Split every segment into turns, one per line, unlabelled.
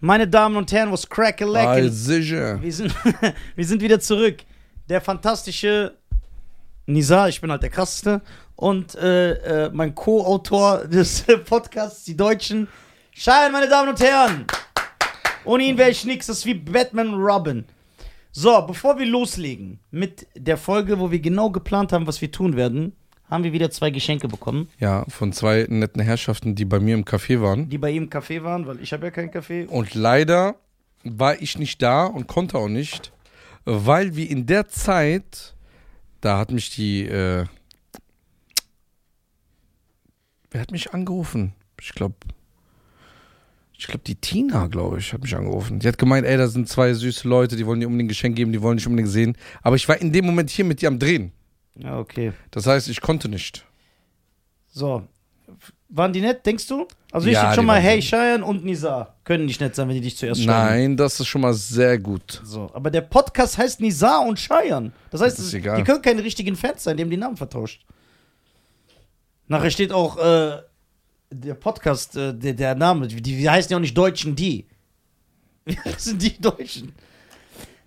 Meine Damen und Herren, was crack a
Ah,
-lackin.
sicher.
wir, sind, wir sind wieder zurück. Der fantastische Nisa, ich bin halt der krasseste. Und äh, äh, mein Co-Autor des Podcasts, die Deutschen. Schein, meine Damen und Herren. Ohne ihn wäre ich nix. Das ist wie Batman Robin. So, bevor wir loslegen mit der Folge, wo wir genau geplant haben, was wir tun werden, haben wir wieder zwei Geschenke bekommen,
Ja, von zwei netten Herrschaften, die bei mir im Café waren.
die bei ihm im Café waren, weil ich habe ja keinen Kaffee.
Und leider war ich nicht da und konnte auch nicht, weil wir in der Zeit, da hat mich die, äh, wer hat mich angerufen? Ich glaube, ich glaube die Tina, glaube ich, hat mich angerufen. Die hat gemeint, ey, da sind zwei süße Leute, die wollen dir unbedingt ein Geschenk geben, die wollen dich unbedingt sehen. Aber ich war in dem Moment hier mit dir am Drehen.
Ja, okay.
Das heißt, ich konnte nicht.
So. Waren die nett, denkst du? Also hier
Ja,
steht schon
die
mal,
waren
hey,
nett.
Cheyenne und Nizar können nicht nett sein, wenn die dich zuerst schreiben.
Nein, das ist schon mal sehr gut.
So, aber der Podcast heißt Nizar und Cheyenne. Das heißt,
Das
es-
ist egal.
die können keine richtigen Fans sein, die haben die Namen vertauscht. Nachher steht auch äh, der Podcast, äh, der, der Name, die, die heißen ja auch nicht Deutschen, die. Wir sind die Deutschen.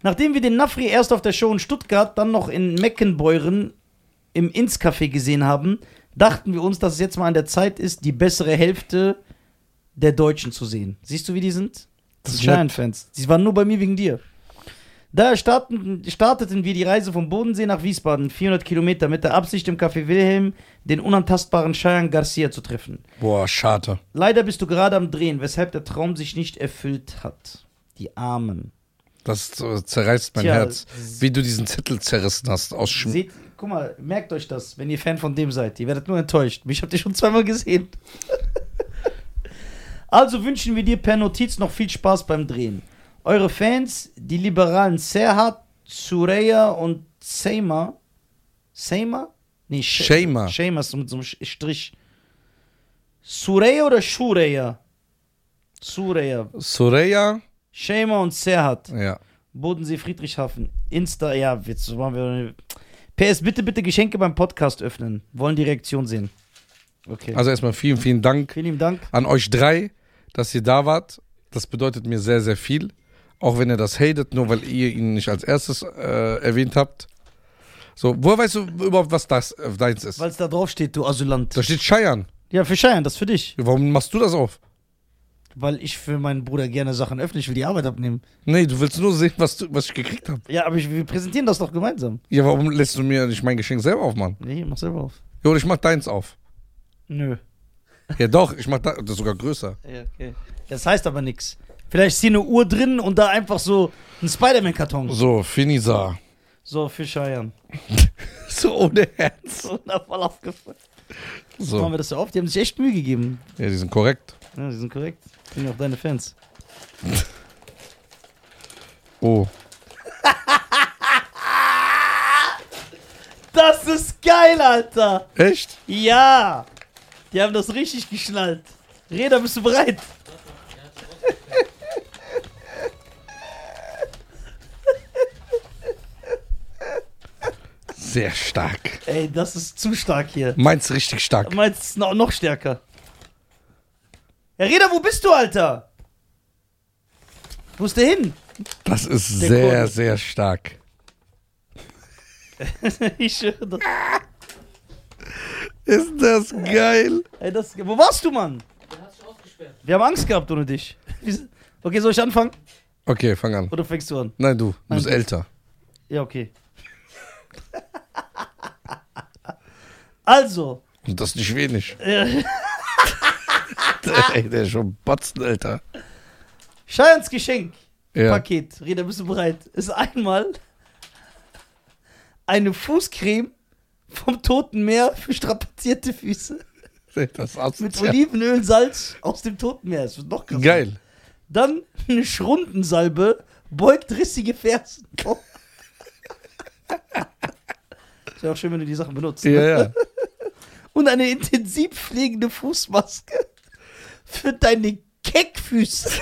Nachdem wir den Nafri erst auf der Show in Stuttgart, dann noch in Meckenbeuren im Ins-Café gesehen haben, dachten wir uns, dass es jetzt mal an der Zeit ist, die bessere Hälfte der Deutschen zu sehen. Siehst du, wie die sind? Das
Das
sind
ist nett.
Giant-Fans. Die waren nur bei mir wegen dir. Da starten, starteten wir die Reise vom Bodensee nach Wiesbaden, 400 Kilometer, mit der Absicht, im Café Wilhelm den unantastbaren Cheyenne Garcia zu treffen.
Boah, schade.
Leider bist du gerade am Drehen, weshalb der Traum sich nicht erfüllt hat. Die Armen.
Das äh, zerreißt mein
Tja,
Herz.
s-
Wie du diesen Zettel zerrissen hast aus Schm
Seht, guck mal, merkt euch das, wenn ihr Fan von dem seid. Ihr werdet nur enttäuscht. Mich habt ihr schon zweimal gesehen. also wünschen wir dir per Notiz noch viel Spaß beim Drehen. Eure Fans, die liberalen Serhat, Sureya und Seima. Seima? Nee, Sh-
Shema.
Shema ist mit so einem Sch- Strich. Sureya oder Shureya? Sureya.
Soraya?
Shema und Serhat.
Ja.
Bodensee Friedrichshafen. Insta, ja, jetzt machen wir. PS, bitte, bitte Geschenke beim Podcast öffnen. Wollen die Reaktion sehen. Okay.
Also erstmal vielen, vielen Dank
Vielen lieben Dank.
an euch drei, dass ihr da wart. Das bedeutet mir sehr, sehr viel. Auch wenn ihr das hatet, nur weil ihr ihn nicht als erstes äh, erwähnt habt. So, woher weißt du überhaupt, was das äh, deins ist?
Weil es da drauf steht, du Asylant.
Da steht Scheiern.
Ja, für Schein, das für dich.
Warum machst du das auf?
Weil ich für meinen Bruder gerne Sachen öffne. Ich will die Arbeit abnehmen.
Nee, du willst nur sehen, was, du, was ich gekriegt habe.
Ja, aber ich, wir präsentieren das doch gemeinsam.
Ja, warum lässt du mir nicht mein Geschenk selber aufmachen?
Nee, mach selber auf.
Jo, ich mach deins auf.
Nö.
Ja, doch, ich mach da, das ist sogar größer.
Das heißt aber nichts. Vielleicht ist hier eine Uhr drin und da einfach so ein Spider-Man-Karton.
So, Finisa.
So, für Scheiern.
So ohne Herz.
So, na, voll aufgefallen. Machen
So.
wir das so auf? Die haben sich echt Mühe gegeben.
Ja, die sind korrekt.
Ja, die sind korrekt. Sind ja auch deine Fans.
Oh.
Das ist geil, Alter!
Echt?
Ja! Die haben das richtig geschnallt. Reda, bist du bereit?
Sehr stark.
Ey, das ist zu stark hier.
Meins richtig stark.
Meins ist noch noch stärker. Ja, Reda, wo bist du, Alter? Wo ist der hin?
Das ist
Der
sehr,
Kurde.
sehr stark.
ich schwöre das.
Ist das geil?
Ey, das. Wo warst du, Mann?
Der hat sich ausgesperrt.
Wir haben Angst gehabt ohne dich. Wieso- Okay, soll ich anfangen?
Okay, fang an.
Oder fängst du an?
Nein, du. Du
Nein,
bist
du.
älter.
Ja, okay. also,
Und das nicht wenig.
äh,
Ey, der ist schon Batzen, Alter.
Scheians Geschenk.
Ja.
Paket. Reda, bist du bereit? Ist einmal eine Fußcreme vom Toten Meer für strapazierte Füße
Das
mit
ist ja.
Olivenöl, Salz aus dem Toten Meer. Das wird noch krasser.
geil.
Dann eine Schrundensalbe beugt rissige Fersen. Oh. Ist ja auch schön, wenn du die Sachen benutzt. ne?
Ja, ja.
Und eine intensiv pflegende Fußmaske für deine Keckfüße.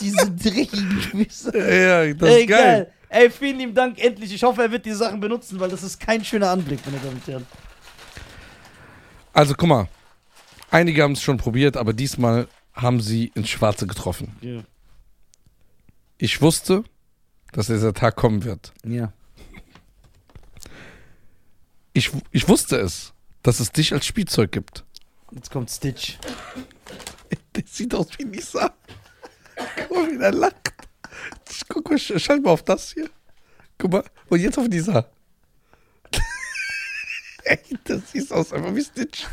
Diese dreckigen Füße.
Ja, das
Ey,
ist geil.
Ey, vielen lieben Dank, endlich. Ich hoffe, er wird die Sachen benutzen, weil das ist kein schöner Anblick, meine Damen und Herren.
Also guck mal. Einige haben es schon probiert, aber diesmal haben sie ins Schwarze getroffen. Ich wusste, dass dieser Tag kommen wird.
Ja.
Ich, ich wusste es, dass es dich als Spielzeug gibt.
Jetzt kommt Stitch.
Der sieht aus wie Nisa. Guck mal, wie der lacht. Guck mal, sch- schalt mal auf das hier. Guck mal, und jetzt auf Nisa. Ey, das sieht aus einfach wie Stitch.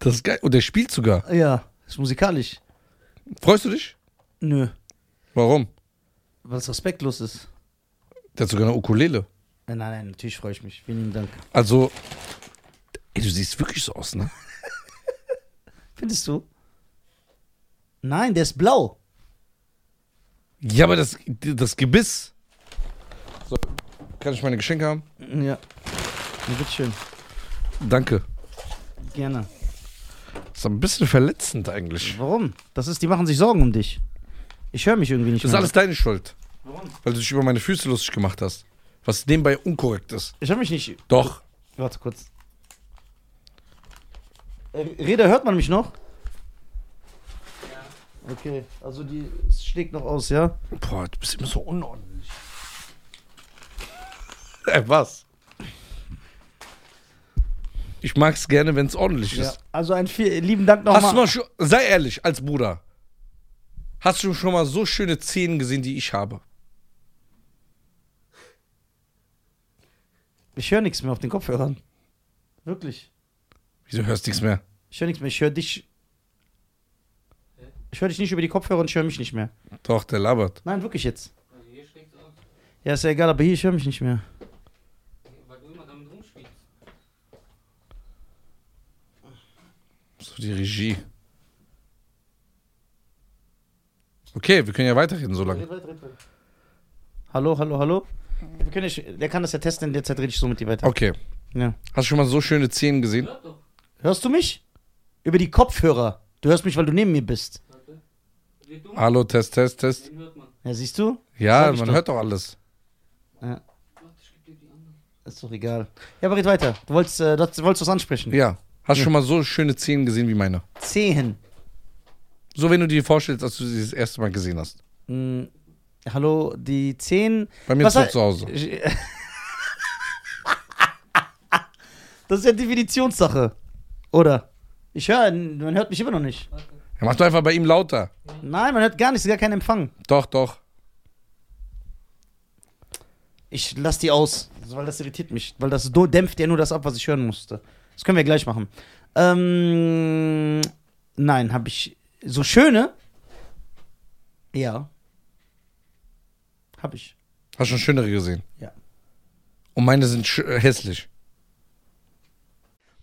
Das ist geil. Und der spielt sogar.
Ja, ist musikalisch.
Freust du dich?
Nö,
Warum?
weil es respektlos ist.
Der hat sogar eine Ukulele.
Äh, Nein, nein, natürlich freue ich mich. Vielen lieben Dank.
Also, ey, du siehst wirklich so aus, ne?
Findest du? Nein, der ist blau.
Ja, aber das, das Gebiss. So, kann ich meine Geschenke haben?
Ja. Bitteschön.
Danke.
Gerne.
Ist ein bisschen verletzend eigentlich.
Warum? Das ist, die machen sich Sorgen um dich. Ich höre mich irgendwie nicht
Das ist
mehr.
alles deine Schuld,
Warum?
weil du dich über meine Füße lustig gemacht hast. Was nebenbei unkorrekt ist.
Ich höre mich nicht.
Doch.
Warte kurz. Äh, Reda, hört man mich noch? Ja. Okay, also die es schlägt noch aus, ja?
Boah, du bist immer so unordentlich. Ey, Äh, was? Ich mag's gerne, wenn's ordentlich
ja.
ist.
Also einen viel, lieben Dank nochmal.
Hast du mal schon, sei ehrlich, als Bruder. Hast du schon mal so schöne Zähne gesehen, die ich habe?
Ich höre nichts mehr auf den Kopfhörern. Wirklich.
Wieso hörst du nichts mehr?
Ich höre nichts mehr. Ich höre dich. Ich höre dich nicht über die Kopfhörer und ich höre mich nicht mehr.
Doch, der labert.
Nein, wirklich jetzt.
Also hier schlägt es auf,
Ja, ist ja egal, aber hier, ich höre mich nicht mehr.
weil du immer damit rumspielst.
So die Regie. Okay, wir können ja weiterreden so lange.
Hallo, hallo, hallo. Wir können nicht, der kann das ja testen, in der Zeit rede ich so mit dir weiter.
Okay.
Ja.
Hast du schon mal so schöne Zähne gesehen?
Hört doch,
Hörst du mich? Über die Kopfhörer. Du hörst mich, weil du neben mir bist.
warte. Red du mal,
Hallo, Test, Test, Test.
den hört man.
Ja, siehst du?
Ja,
Sag ich
man
doch.
hört doch alles.
Ja,
Warte, ich geb dir die anderen.
ist doch egal. Ja, aber red weiter. Du wolltest, äh, das, du wolltest was ansprechen.
Ja. Hast du
Ja.
schon mal so schöne Zähne gesehen wie meine?
Zehen.
So, wenn du dir vorstellst, als du sie das erste Mal gesehen hast.
Hm, hallo, die Zehen.
Bei mir
Was
ist
he-
es zu Hause.
Das ist ja Definitionssache. Oder? Ich höre, man hört mich immer noch nicht.
Warte.
Ja, mach doch einfach bei ihm lauter.
Nein, man hört gar nichts, gar keinen Empfang.
Doch, doch.
Ich lass die aus, weil das irritiert mich. Weil das do- dämpft ja nur das ab, was ich hören musste. Das können wir gleich machen. Ähm, nein, habe ich. So schöne? Ja. Habe ich.
Hast schon schönere gesehen?
Ja.
Und meine sind sch- äh, hässlich.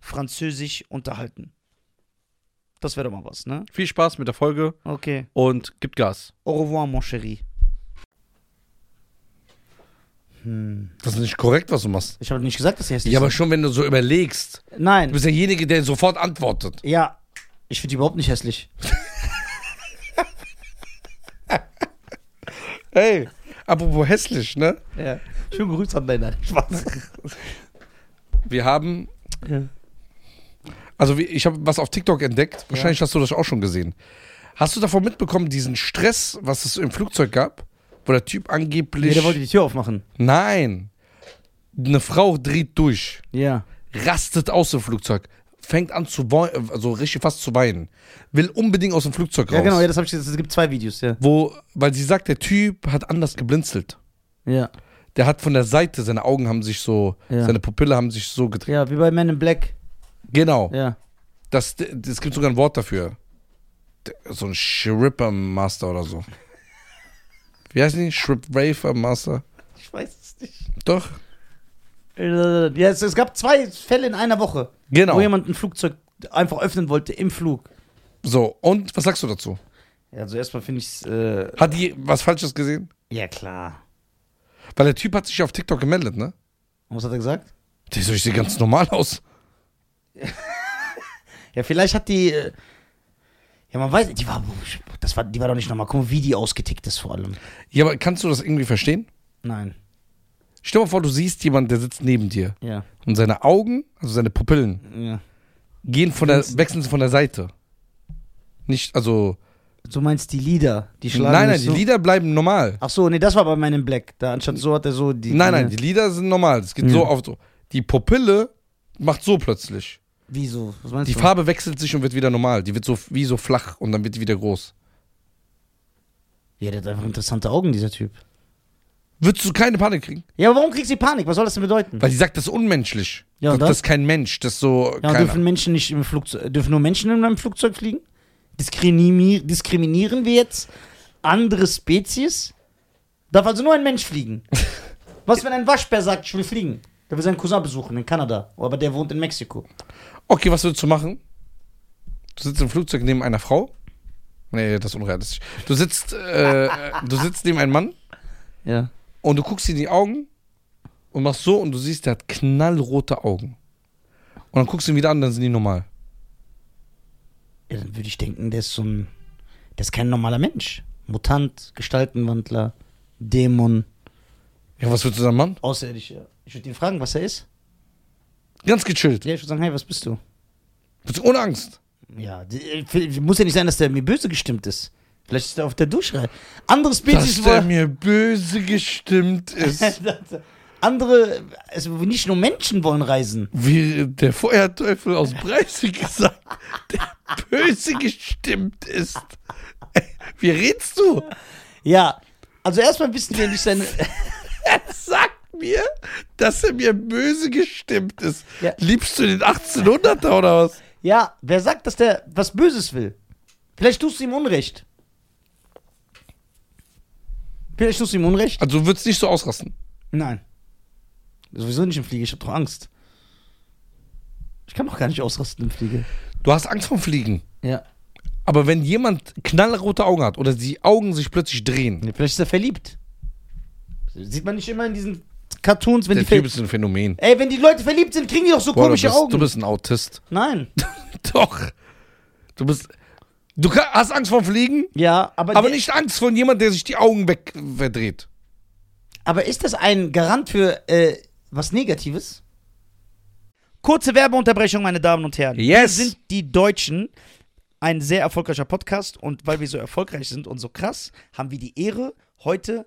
Französisch unterhalten. Das wäre doch mal was, ne?
Viel Spaß mit der Folge
Okay.
und gibt Gas.
Au revoir, mon chéri.
Das ist nicht korrekt, was du machst.
Ich habe nicht gesagt, dass sie hässlich
Ja, aber
sind.
schon, wenn du so überlegst. Du
Nein.
bist derjenige, der sofort antwortet.
Ja. Ich finde die überhaupt nicht hässlich.
Ey, apropos hässlich, ne?
Ja. Schönen Grüß an deiner. Spaß.
Wir haben,
Ja.
also wir- ich habe was auf TikTok entdeckt. Wahrscheinlich hast du das auch schon gesehen. Hast du davon mitbekommen, diesen Stress, was es im Flugzeug gab? Wo der Typ angeblich.
Jeder wollte die Tür aufmachen.
Nein. Eine Frau dreht durch,
Ja.
rastet aus dem Flugzeug, fängt an zu weinen, also richtig fast zu weinen, will unbedingt aus dem Flugzeug raus.
Ja, genau. Ja, das habe ich gesagt. Es gibt zwei Videos, ja.
Wo, weil sie sagt, der Typ hat anders geblinzelt.
Ja.
Der hat von der Seite, seine Augen haben sich so,
Ja.
seine Pupille haben sich so gedreht.
Ja, wie bei Men in Black.
Genau.
Ja.
Das, das gibt sogar ein Wort dafür. So ein Shripper Master oder so. Wie heißt die? Shripwafer Master?
Ich weiß es nicht.
Doch.
Äh, Ja, es, es gab zwei Fälle in einer Woche,
Genau.
wo jemand ein Flugzeug einfach öffnen wollte im Flug.
So, und was sagst du dazu?
Ja, also erstmal finde ich es. Äh,
Hat die was Falsches gesehen?
ja, klar.
Weil der Typ hat sich auf TikTok gemeldet, ne?
Und was hat er gesagt?
Der so, ich sehe ganz normal aus.
Ja, vielleicht hat die. Äh, ja, man weiß, die war, das war, die war doch nicht normal. Guck mal, wie die ausgetickt ist vor allem.
Ja, aber kannst du das irgendwie verstehen?
Nein.
Stell dir mal vor, du siehst jemanden, der sitzt neben dir.
Ja.
Und seine Augen, also seine Pupillen,
ja.
gehen von der, wechseln von der Seite. Nicht, also.
Du meinst die Lieder, die schlagen.
nein, nein,
nicht
die
so.
Lieder bleiben normal.
Ach so, nee, das war bei meinem Black. Da anstatt so hat er so die. Mhm.
Nein, nein, die Lieder sind normal. Es geht
Ja.
so auf so. Die Pupille macht so plötzlich.
Wieso? Was meinst
Die
du?
Farbe wechselt sich und wird wieder normal. Die wird so wie so flach und dann wird die wieder groß.
Ja, der hat einfach interessante Augen, dieser Typ.
Würdest du keine Panik kriegen?
Ja, aber warum kriegst du Panik? Was soll das denn bedeuten?
Weil die sagt, das ist unmenschlich.
Ja, und
das, das
dann?
ist kein Mensch. Das ist so.
Ja, und
keine
dürfen Menschen nicht im Flugzeug, dürfen nur Menschen in einem Flugzeug fliegen? Diskrimi diskriminieren wir jetzt andere Spezies? Darf also nur ein Mensch fliegen? Was, wenn ein Waschbär sagt, ich will fliegen? Der will seinen Cousin besuchen in Kanada, aber der wohnt in Mexiko.
Okay, was würdest du machen? Du sitzt im Flugzeug neben einer Frau. Nee, das ist unrealistisch. Du sitzt, äh, du sitzt neben einem Mann
Ja.
und du guckst ihm in die Augen und machst so und du siehst, der hat knallrote Augen. Und dann guckst du ihn wieder an, dann sind die normal.
ja dann würde ich denken, der ist so ein. Der ist kein normaler Mensch. Mutant, Gestaltenwandler, Dämon,
Ja, was würdest du dann machen?
Außerirdischer. Ich würde ihn fragen, was er ist.
Ganz gechillt.
Ja, ich würde sagen, hey, was bist du?
Bist du Ohne Angst.
Ja, die- äh, muss ja nicht sein, dass der mir böse gestimmt ist. Vielleicht ist er auf der Durchreihe. Andere Spezies, wo,
mir böse gestimmt ist.
andere, also nicht nur Menschen wollen reisen.
Wie der Feuerteufel aus Breise gesagt, der böse gestimmt ist. Wie redst du?
Ja, also erstmal wissen wir nicht seine.
Er sagt mir, dass er mir böse gestimmt ist.
Ja.
Liebst du den 1800er oder was?
ja, wer sagt, dass der was Böses will? Vielleicht tust du ihm Unrecht. Vielleicht tust du ihm Unrecht?
Also du würdest nicht so ausrasten.
Nein. Sowieso nicht im Fliege, ich hab doch Angst. Ich kann doch gar nicht ausrasten im Fliege.
Du hast Angst vom Fliegen.
Ja.
Aber wenn jemand knallrote Augen hat oder die Augen sich plötzlich drehen,
Nee, Vielleicht ist er verliebt. Sieht man nicht immer in diesen Cartoons, wenn
der
die ver-
Typ ist ein Phänomen.
Ey, wenn die Leute verliebt sind, kriegen die doch so
Boah,
komische
du, bist,
Augen.
du bist ein Autist.
Nein.
Doch. Du bist. Du ka- hast Angst vom Fliegen,
Ja, aber,
aber
die-
nicht Angst von jemand, der sich die Augen weg verdreht.
aber ist das ein Garant für äh, was Negatives? Kurze Werbeunterbrechung, meine Damen und Herren.
Yes.
Wir sind die Deutschen ein sehr erfolgreicher Podcast und weil wir so erfolgreich sind und so krass, haben wir die Ehre, heute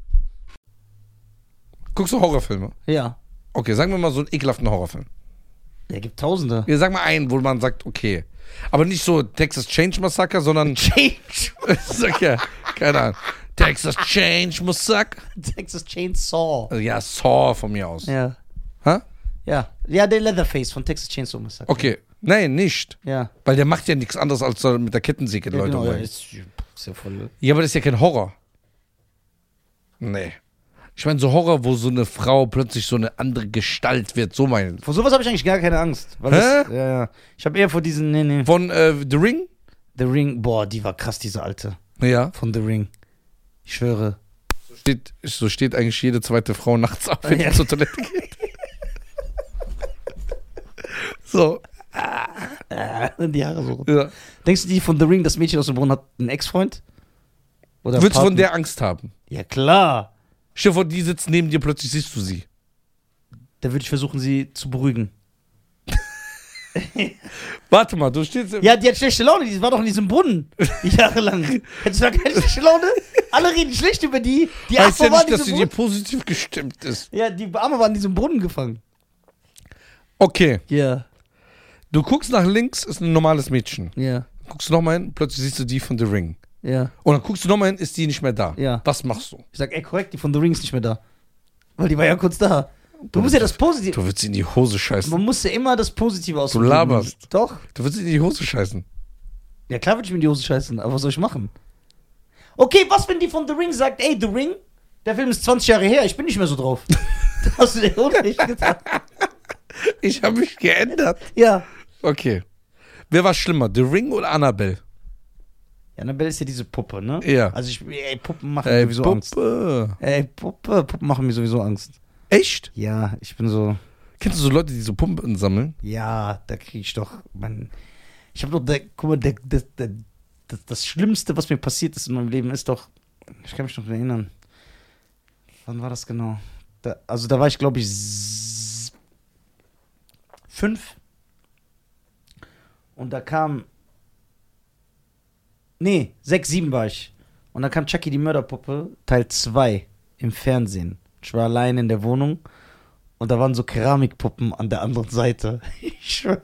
Guckst du Horrorfilme?
Ja.
Okay, sagen wir mal so einen ekelhaften Horrorfilm.
Der gibt Tausende.
Ja, sag mal einen, wo man sagt, okay. Aber nicht so Texas Change Massacre, sondern.
Change.
sag ja, keine Ahnung. Texas Change Massacre.
Texas Chainsaw.
Also ja, Saw von mir aus.
Ja.
Hä?
Ja. Ja, der Leatherface von Texas Chainsaw Massacre.
Okay. Nein, nicht.
Ja.
Weil der macht ja nichts anderes, als soll mit der Kettensäge
Ja,
Leute
genau, ja,
umbringen.
ist, ist ja voll.
Ja, aber das ist ja kein Horror. Nee. Ich meine, so Horror, wo so eine Frau plötzlich so eine andere Gestalt wird, so mein.
Vor sowas habe ich eigentlich gar keine Angst. Weil
Hä?
Das, ja, ja. Ich habe eher vor diesen, nee, nee.
Von äh, The Ring?
The Ring, boah, die war krass, diese alte.
Ja.
Von The Ring. Ich schwöre.
Steht, so steht eigentlich jede zweite Frau nachts auf, wenn
Ja.
sie zur Toilette geht. so.
Die Haare so.
Ja.
Denkst du, die von The Ring, das Mädchen aus dem Brunnen, hat einen Ex-Freund? Oder
Würdest von
Partner?
der Angst haben?
Ja, klar.
Stell dir vor, die sitzt neben dir, plötzlich siehst du sie.
Da würde ich versuchen, sie zu beruhigen.
Warte mal, du stehst.
Ja, die hat schlechte Laune, die war doch in diesem Brunnen. Jahrelang. Hättest du da keine schlechte Laune? Alle reden schlecht über die. Die
heißt
Arme
ja
war in
nicht, dass
diesem
du dir
Brunnen.
positiv gestimmt ist.
Ja, die Arme waren in diesem Brunnen gefangen.
Okay.
Ja,
Du guckst nach links, ist ein normales Mädchen.
ja,
Guckst du nochmal hin, plötzlich siehst du die von The Ring.
ja.
Und dann guckst du nochmal hin, ist die nicht mehr da.
Ja.
Was machst du?
Ich sag, ey, korrekt, die von The Ring ist nicht mehr da. Weil die war ja kurz da. Du musst ja das Positive.
Du würdest in die Hose scheißen.
Man muss ja immer das Positive aus. dem
Du laberst.
Leben nehmen. Doch.
Du würdest in die Hose scheißen.
Ja, klar würde ich mir in die Hose scheißen, aber was soll ich machen? Okay, was, wenn die von The Ring sagt, ey, The Ring, der Film ist 20 Jahre her, ich bin nicht mehr so drauf. das hast du dir auch nicht gedacht.
Ich habe mich geändert.
Ja.
Okay. Wer war schlimmer, The Ring oder Annabelle?
Ja, Annabelle ist ja diese Puppe, ne?
Ja.
Also, ich, ey, Puppen machen mir
Äh,
sowieso Angst.
Puppe.
Ey, Puppe, Puppen machen mir sowieso Angst.
Echt?
Ja, ich bin so,
Kennst du so Leute, die so Pumpen sammeln?
ja, da kriege ich doch, mein, ich habe doch, der, guck mal, der, der, der, das, das Schlimmste, was mir passiert ist in meinem Leben, ist doch, ich kann mich noch erinnern, wann war das genau? Da, also da war ich, glaube ich, s- fünf. Und da kam, nee, sechs, sieben war ich. Und da kam Chucky die Mörderpuppe, Teil 2, im Fernsehen. Ich war allein in der Wohnung und da waren so Keramikpuppen an der anderen Seite. Ich schwöre,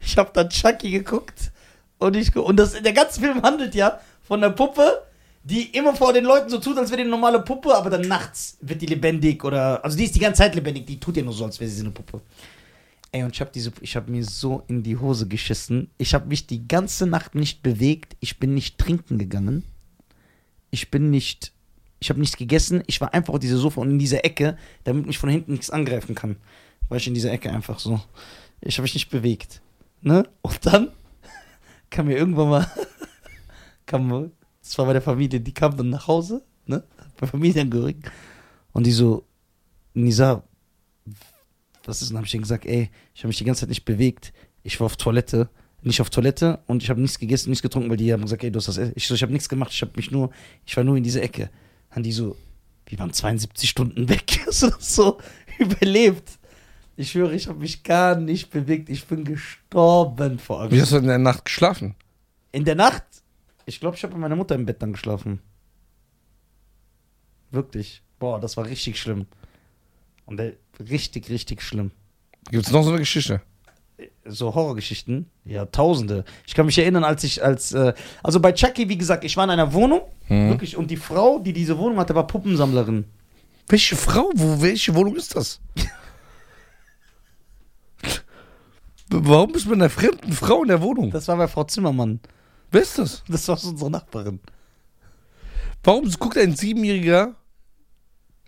ich habe dann Chucky geguckt und ich gu- und das der ganze Film handelt ja von einer Puppe, die immer vor den Leuten so tut, als wäre die eine normale Puppe, aber dann nachts wird die lebendig oder also die ist die ganze Zeit lebendig, die tut ja nur so, als wäre sie eine Puppe. Ey, und ich habe diese ich habe mir so in die Hose geschissen. Ich habe mich die ganze Nacht nicht bewegt, ich bin nicht trinken gegangen. Ich bin nicht ich habe nichts gegessen, ich war einfach auf dieser Sofa und in dieser Ecke, damit mich von hinten nichts angreifen kann. War ich in dieser Ecke einfach so. Ich habe mich nicht bewegt. Ne? Und dann kam mir irgendwann mal, kam, das war bei der Familie, die kam dann nach Hause, ne? Bei Familienangehörigen. Und die so, Nisa, was ist denn? Hab ich denen gesagt, ey, ich habe mich die ganze Zeit nicht bewegt. Ich war auf Toilette, nicht auf Toilette und ich habe nichts gegessen, nichts getrunken, weil die haben gesagt, ey, du hast das. Ich so, ich habe nichts gemacht, ich habe mich nur, ich war nur in dieser Ecke. Dann die so, wir waren 72 Stunden weg, so, so überlebt. Ich schwöre, ich habe mich gar nicht bewegt. Ich bin gestorben vor
Wie
Angst.
hast du in der Nacht geschlafen?
In der Nacht? Ich glaube, ich habe bei meiner Mutter im Bett dann geschlafen. Wirklich. Boah, das war richtig schlimm. Und äh, richtig, richtig schlimm.
Gibt es noch so eine Geschichte?
so Horrorgeschichten, ja, tausende. Ich kann mich erinnern, als ich als, äh, also bei Chucky, wie gesagt, ich war in einer Wohnung,
Hm.
wirklich, und die Frau, die diese Wohnung hatte, war Puppensammlerin.
Welche Frau? Wo, welche Wohnung ist das? Warum bist du mit einer fremden Frau in der Wohnung?
Das war bei Frau Zimmermann.
Wer ist das?
Das war unsere Nachbarin.
Warum guckt ein Siebenjähriger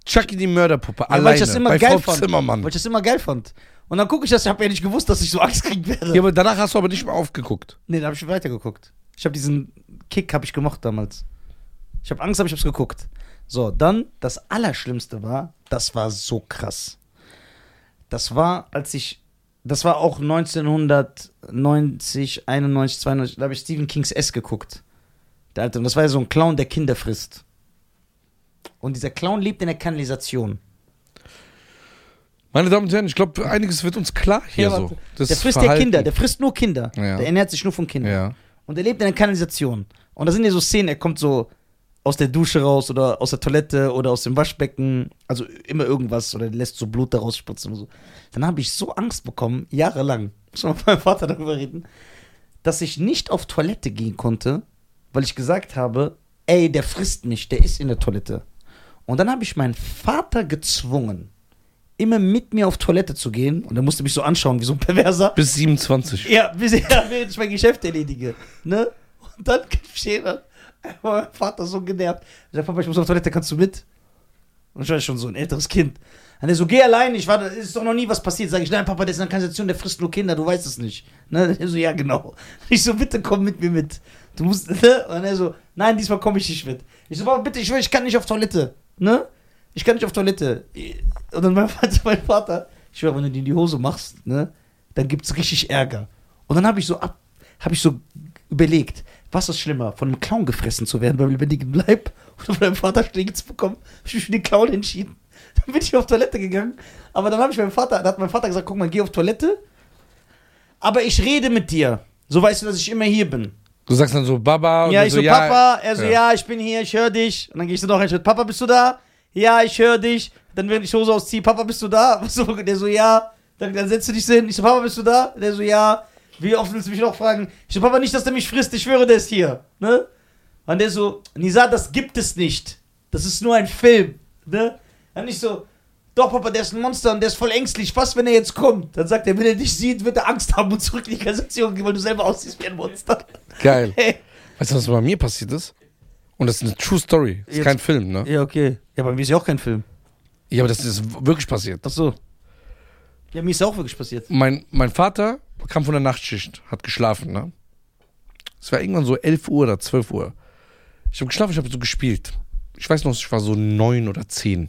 Chucky die Mörderpuppe
Ja,
alleine
weil ich das immer
bei
geil
Frau
fand.
Zimmermann?
Weil ich das immer geil fand. Und dann gucke ich das, ich habe ja nicht gewusst, dass ich so Angst kriegen werde.
Ja, aber danach hast du aber nicht mehr aufgeguckt.
Nee, da habe ich weitergeguckt. Ich habe diesen Kick habe ich gemocht damals. Ich habe Angst, aber ich habe es geguckt. So, dann das Allerschlimmste war, das war so krass. Das war, als ich, das war auch 1990, 91, 92, da habe ich Stephen Kings S geguckt. Der alte, und das war ja so ein Clown, der Kinder frisst. Und dieser Clown lebt in der Kanalisation.
Meine Damen und Herren, ich glaube, einiges wird uns klar hier so. Das
der frisst ja
Verhalten.
Kinder, der frisst nur Kinder.
Ja.
Der ernährt sich nur von Kindern.
Ja.
Und er lebt in der Kanalisation. Und da sind ja so Szenen, er kommt so aus der Dusche raus oder aus der Toilette oder aus dem Waschbecken. Also immer irgendwas oder lässt so Blut daraus spritzen und so. Dann habe ich so Angst bekommen, jahrelang, muss man mit meinem Vater darüber reden, dass ich nicht auf Toilette gehen konnte, weil ich gesagt habe, ey, der frisst mich, der ist in der Toilette. Und dann habe ich meinen Vater gezwungen, immer mit mir auf Toilette zu gehen. Und er musste mich so anschauen, wie so ein Perverser.
Bis 27.
Ja, bis ja, während ich mein Geschäft erledige. Ne? Und dann kam ich hin, dann war mein Vater so genervt. Ich sag, Papa, ich muss auf Toilette, kannst du mit? Und ich war schon so ein älteres Kind. Und er so, geh allein, ich war, da ist doch noch nie was passiert. Sag ich, nein, Papa, der ist in der Kanalisation, der frisst nur Kinder, du weißt es nicht. Ne? Er so, ja, genau. Ich so, bitte komm mit mir mit. Du musst, ne? Und er so, nein, diesmal komme ich nicht mit. Ich so, Papa, bitte, ich will, ich kann nicht auf Toilette. Ne? Ich kann nicht auf Toilette. Und dann mein Vater, mein Vater, ich schwör, wenn du dir in die Hose machst, ne? Dann gibt's richtig Ärger. Und dann habe ich so ab, habe ich so überlegt, was ist schlimmer, von einem Clown gefressen zu werden beim lebendigen Leib oder von einem Vater Schläge zu bekommen? Hab ich mich für den Clown entschieden. Dann bin ich auf Toilette gegangen. Aber dann habe ich meinem Vater, dann hat mein Vater gesagt, guck mal, geh auf Toilette. Aber ich rede mit dir. So weißt du, dass ich immer hier bin.
Du sagst dann so Baba und
Ja,
dann
ich so, Papa, er so, ja. ich bin hier, ich höre dich. Und dann gehe ich so noch einen Schritt, Papa, bist du da? Ja, ich höre dich. Dann während ich Hose ausziehe, Papa, bist du da? So, der so, ja. Dann, dann setzt du dich so hin. Ich so, Papa, bist du da? Der so, ja. Wie oft willst du mich noch fragen? Ich so, Papa, nicht, dass der mich frisst, ich schwöre, der ist hier. Ne? Und der so, Nisa, das gibt es nicht. Das ist nur ein Film. Ne? Dann ich so, doch, Papa, der ist ein Monster und der ist voll ängstlich. Was, wenn er jetzt kommt? Dann sagt er, wenn er dich sieht, wird er Angst haben und zurück in die Kanalisation gehen, weil du selber aussiehst wie ein Monster.
Geil.
Hey.
Weißt du, was bei mir passiert ist? Und das ist eine True Story. Das ist
Jetzt-
kein Film, ne?
Ja, okay. Ja, bei mir ist ja auch kein Film.
Ja, aber das ist wirklich passiert.
Ach so. Ja, mir ist ja auch wirklich passiert.
mein, mein Vater kam von der Nachtschicht, hat geschlafen, ne? Es war irgendwann so 11 Uhr oder 12 Uhr. Ich habe geschlafen, ich habe so gespielt. Ich weiß noch, ich war so neun oder zehn.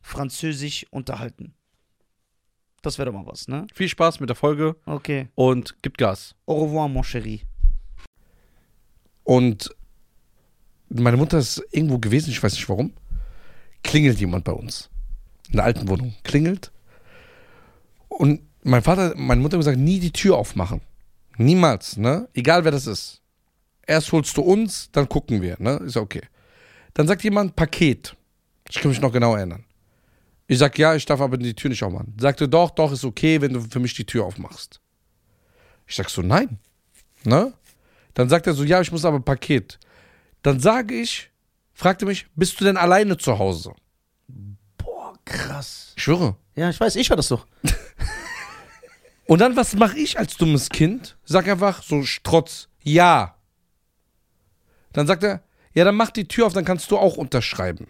Französisch unterhalten. Das wäre doch mal was, ne?
Viel Spaß mit der Folge
Okay.
und gibt Gas.
Au revoir, mon chéri.
Und meine Mutter ist irgendwo gewesen, ich weiß nicht warum. Klingelt jemand bei uns. In der alten Wohnung. Klingelt. Und mein Vater, meine Mutter hat gesagt, nie die Tür aufmachen. Niemals, ne? Egal wer das ist. Erst holst du uns, dann gucken wir, ne? Ist ja okay. Dann sagt jemand Paket. Ich kann mich noch genau erinnern. Ich sag, ja, ich darf aber die Tür nicht aufmachen. Sagte, doch, doch, ist okay, wenn du für mich die Tür aufmachst. Ich sag so, nein. Ne? Dann sagt er so, ja, ich muss aber ein Paket. Dann sage ich, fragte mich, bist du denn alleine zu Hause?
Boah, krass.
Ich schwöre.
Ja, ich weiß, ich war das doch.
Und dann, was mache ich als dummes Kind? Sag einfach so strotz, ja. Dann sagt er, ja, dann mach die Tür auf, dann kannst du auch unterschreiben.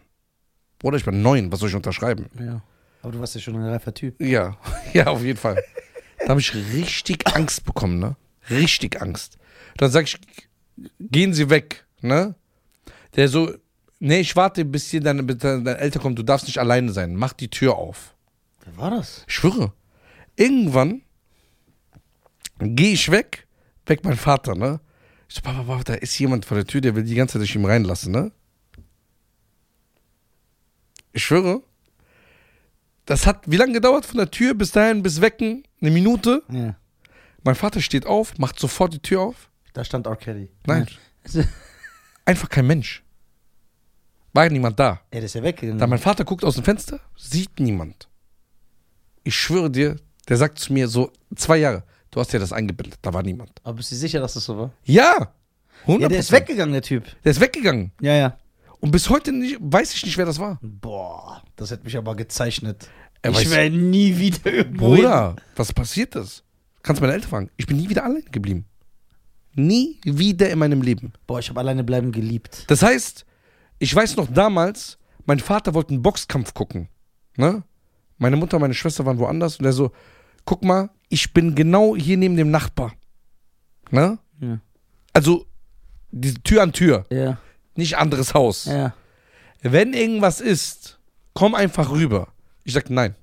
Oder ich bin neun, was soll ich unterschreiben?
Ja. Aber du warst ja schon ein reifer Typ.
Ja, ja, auf jeden Fall. Da habe ich richtig Angst bekommen, ne? Richtig Angst. Dann sage ich, gehen Sie weg, ne? Der so, nee, ich warte, bis hier deine, bis deine Eltern kommen, du darfst nicht alleine sein. Mach die Tür auf.
Wer war das?
Ich schwöre. Irgendwann gehe ich weg, weg mein Vater, ne? Ich so, Papa, Papa, da ist jemand vor der Tür, der will die ganze Zeit dich ihm reinlassen, ne? Ich schwöre. Das hat wie lange gedauert von der Tür bis dahin, bis wecken? Eine Minute.
Ja.
Mein Vater steht auf, macht sofort die Tür auf.
Da stand R. Kelly.
Nein. Einfach kein Mensch. War niemand da.
Er ist ja weggegangen.
Da mein Vater guckt aus dem Fenster, sieht niemand. Ich schwöre dir, der sagt zu mir so zwei Jahre, du hast dir das eingebildet, da war niemand.
Aber bist du sicher, dass das so war?
Ja, 100%.
Ja, der ist weggegangen, der Typ.
Der ist weggegangen.
Ja, ja.
Und bis heute nicht, weiß ich nicht, wer das war.
Boah, das hätte mich aber gezeichnet.
Er weiß-
ich wäre nie wieder irgendwo.
Bruder, was passiert ist? Kannst meine Eltern fragen. Ich bin nie wieder allein geblieben. Nie wieder in meinem Leben.
Hin. Boah, ich habe alleine bleiben geliebt.
Das heißt, ich weiß noch damals, mein Vater wollte einen Boxkampf gucken. Ne? Meine Mutter und meine Schwester waren woanders und er so, guck mal, ich bin genau hier neben dem Nachbar. Ne?
Ja.
Also die Tür an Tür,
Ja,
nicht anderes Haus.
ja.
Wenn irgendwas ist, komm einfach rüber. Ich sag nein.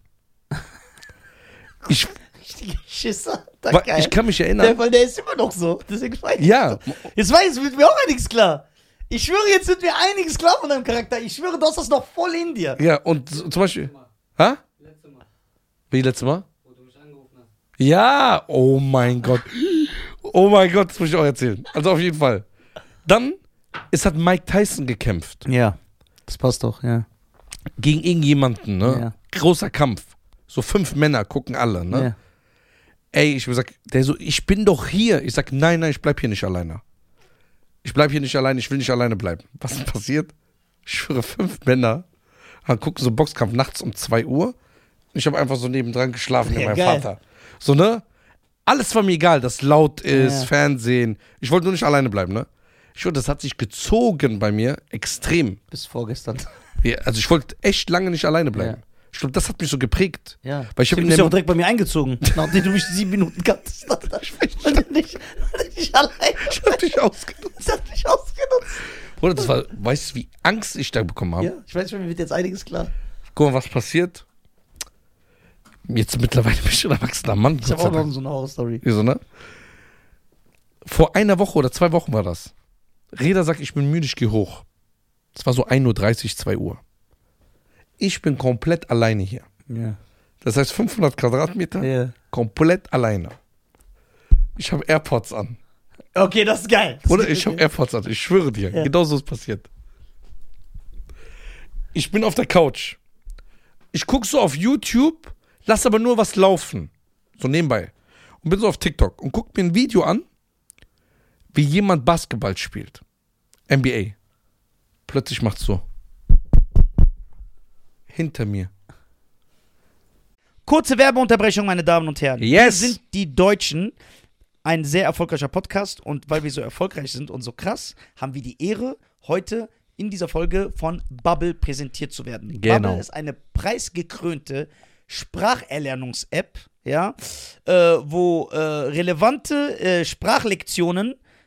Ich,
Richtige Schisser.
wa-
Danke.
ich kann mich
der,
erinnern.
weil der ist immer noch so. Deswegen weiß ich
Ja,
Jetzt weiß ich, wird mir auch einiges klar. Ich schwöre, jetzt wird mir einiges klar von deinem Charakter. Ich schwöre, du hast das noch voll in dir.
ja, und so- zum Beispiel. Hä?
Letztes Mal,
Wie letztes Mal?
wo du mich angerufen hast.
Ja, oh mein Gott. Oh mein Gott, das muss ich auch erzählen. Also auf jeden Fall. Dann, es hat Mike Tyson gekämpft.
Ja, das passt doch, ja.
Gegen irgendjemanden, ne? Großer Kampf. So fünf Männer gucken alle, ne? Ey, ich sag, der so, ich bin doch hier. Ich sag, nein, nein, ich bleib hier nicht alleine. Ich bleib hier nicht alleine, ich will nicht alleine bleiben. Was ist passiert? Ich schwöre, fünf Männer haben gucken so einen Boxkampf nachts um 2 Uhr. Ich habe einfach so nebendran geschlafen mit
Ja,
meinem
geil.
Vater. So, ne? Alles war mir egal, dass laut ist,
Ja.
Fernsehen. Ich wollte nur nicht alleine bleiben, ne? Ich schwöre, das hat sich gezogen bei mir extrem.
Bis vorgestern.
Ja, Also ich wollte echt lange nicht alleine bleiben. Ich glaube, das hat mich so geprägt.
Ja.
Weil ich hab
du
in
bist ja
dem-
auch direkt bei mir eingezogen, nachdem du mich sieben Minuten kanntest. Das hat dich nicht allein.
Ich hab dich ausgenommen.
Das hat mich ausgenutzt.
Bruder, das war, weißt du, wie Angst ich da bekommen habe?
Ja, ich weiß schon, mir wird jetzt einiges klar.
Guck mal, was passiert. Jetzt mittlerweile bin ich schon ein erwachsener Mann.
Ich
Gott
habe
sei
auch noch
Dank.
so eine Horrorstory.
Wieso, ne? Vor einer Woche oder zwei Wochen war das. Reda sagt, ich bin müde, ich gehe hoch. Es war so 1.30 Uhr, 2 Uhr. Ich bin komplett alleine hier.
Ja.
Das heißt 500 Quadratmeter,
Ja.
komplett alleine. Ich habe AirPods an.
Okay, das ist geil.
Oder ich habe AirPods an, ich schwöre dir.
Ja.
Genau so ist passiert. Ich bin auf der Couch. Ich gucke so auf YouTube, lass aber nur was laufen. So nebenbei. Und bin so auf TikTok und guck mir ein Video an, wie jemand Basketball spielt. NBA. Plötzlich macht's so. Hinter mir.
Kurze Werbeunterbrechung, meine Damen und Herren.
Yes.
Wir sind die Deutschen. ein sehr erfolgreicher Podcast und weil wir so erfolgreich sind und so krass, haben wir die Ehre, heute in dieser Folge von Bubble präsentiert zu werden.
Genau.
Bubble ist eine preisgekrönte Spracherlernungs-App, ja, äh, wo äh, relevante äh, Sprachlektionen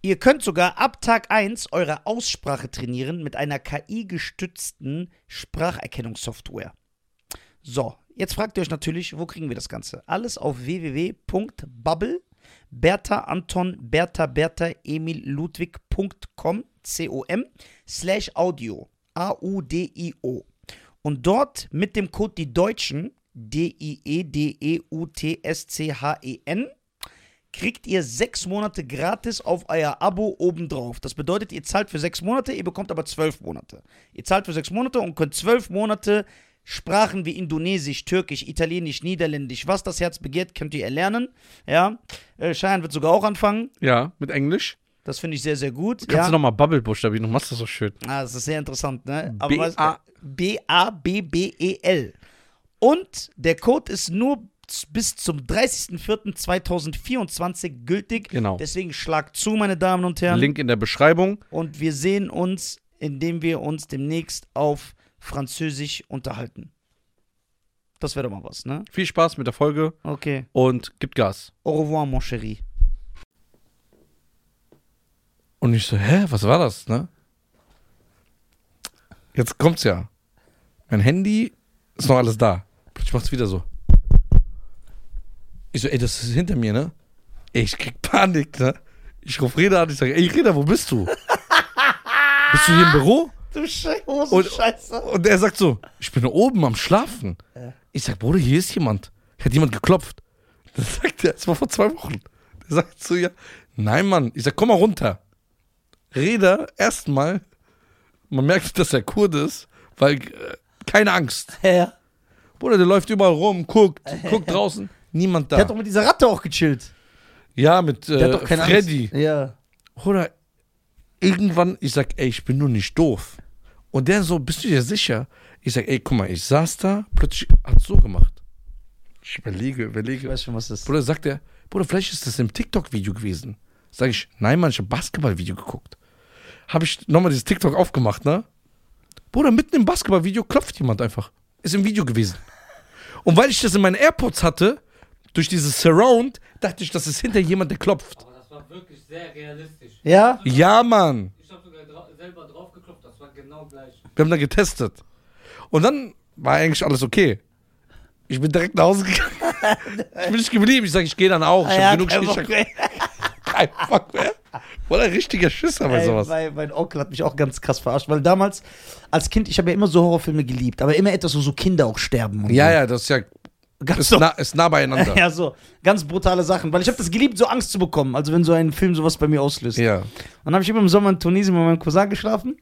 Ihr könnt sogar ab Tag 1 eure Aussprache trainieren mit einer KI-gestützten Spracherkennungssoftware. So, jetzt fragt ihr euch natürlich, wo kriegen wir das Ganze? Alles auf www.bubble, Bertha Anton, Bertha Bertha Emil Ludwig.com, C-O-M, slash Audio, A-U-D-I-O. Und dort mit dem Code die Deutschen, E D-I-E-D-E-U-T-S-C-H-E-N, kriegt ihr sechs Monate gratis auf euer Abo obendrauf. Das bedeutet, ihr zahlt für sechs Monate, ihr bekommt aber zwölf Monate. Ihr zahlt für sechs Monate und könnt zwölf Monate Sprachen wie Indonesisch, Türkisch, Italienisch, Niederländisch, was das Herz begehrt, könnt ihr erlernen. Ja, äh, Cheyenne wird sogar auch anfangen.
Ja, mit Englisch.
Das finde ich sehr, sehr gut.
Kannst
ja.
du nochmal Bubble buchstabieren, du machst das so schön.
Ah, das ist sehr interessant, ne?
B-
weißt du,
A-
B-A-B-B-E-L. E Und der Code ist nur z- bis zum 30.04.2024 gültig.
Genau.
Deswegen schlag zu, meine Damen und Herren.
Link in der Beschreibung.
Und wir sehen uns, indem wir uns demnächst auf Französisch unterhalten. Das wäre doch mal was, ne?
Viel Spaß mit der Folge
Okay.
und gibt Gas.
Au revoir, mon chéri.
Und ich so, hä, was war das, ne? Jetzt kommt's ja. Mein Handy ist noch alles da. Plötzlich macht's wieder so. Ich so, ey, das ist hinter mir, ne? Ey, ich krieg Panik, ne? Ich ruf Reda an, ich sage, ey, Reda, wo bist du? bist du hier im Büro?
Du
Und-
Scheiße.
Und er sagt so, ich bin da oben am Schlafen. Ich sag, Bruder, hier ist jemand. Hat jemand geklopft? Das sagt er, das war vor zwei Wochen. Der sagt so, ja, nein, Mann. Ich sag, komm mal runter. Reda, erstmal, man merkt, dass er Kurde ist, weil, äh, keine Angst.
Ja.
Bruder, der läuft überall rum, guckt, guckt draußen, niemand
Der hat doch
da.
mit dieser Ratte auch gechillt.
Ja, mit
Der
äh,
hat doch keine
Freddy.
Angst. Ja.
Bruder, irgendwann, ich sag, ey, ich bin nur nicht doof. Und der so, bist du dir sicher? Ich sag, ey, guck mal, ich saß da, plötzlich hat so gemacht. Ich überlege,
Ich
überlege.
weiß schon, was das ist.
Bruder, sagt er, Bruder, vielleicht ist das im TikTok-Video gewesen. Sag ich, nein, Mann, ich hab Basketball-Video geguckt. Habe ich nochmal dieses TikTok aufgemacht, ne? Bruder, mitten im Basketball-Video klopft jemand einfach. Ist im Video gewesen. Und weil ich das in meinen AirPods hatte, durch dieses Surround, dachte ich, das ist hinter jemand, der klopft.
Aber das war wirklich sehr realistisch.
Ja?
Ja, Mann.
Ich habe sogar drau- selber drauf geklopft, das war genau gleich.
Wir haben dann getestet. Und dann war eigentlich alles okay. Ich bin direkt nach Hause gegangen. ich bin nicht geblieben. Ich sage, ich gehe dann auch. Ich
Ja,
habe genug
kein
Schiss.
Bock.
Kein Fuck mehr. Oder richtiger Schisser bei
Ey,
sowas.
Mein, mein Onkel hat mich auch ganz krass verarscht, weil damals als Kind, ich habe ja immer so Horrorfilme geliebt, aber immer etwas, wo so Kinder auch sterben. Und
Ja,
so.
ja, das ist ja
Ganz
ist
so,
nah, ist nah beieinander.
ja, so ganz brutale Sachen, weil ich habe das geliebt, so Angst zu bekommen, also wenn so ein Film sowas bei mir auslöst.
Ja.
Und dann habe ich immer im Sommer in Tunesien mit meinem Cousin geschlafen.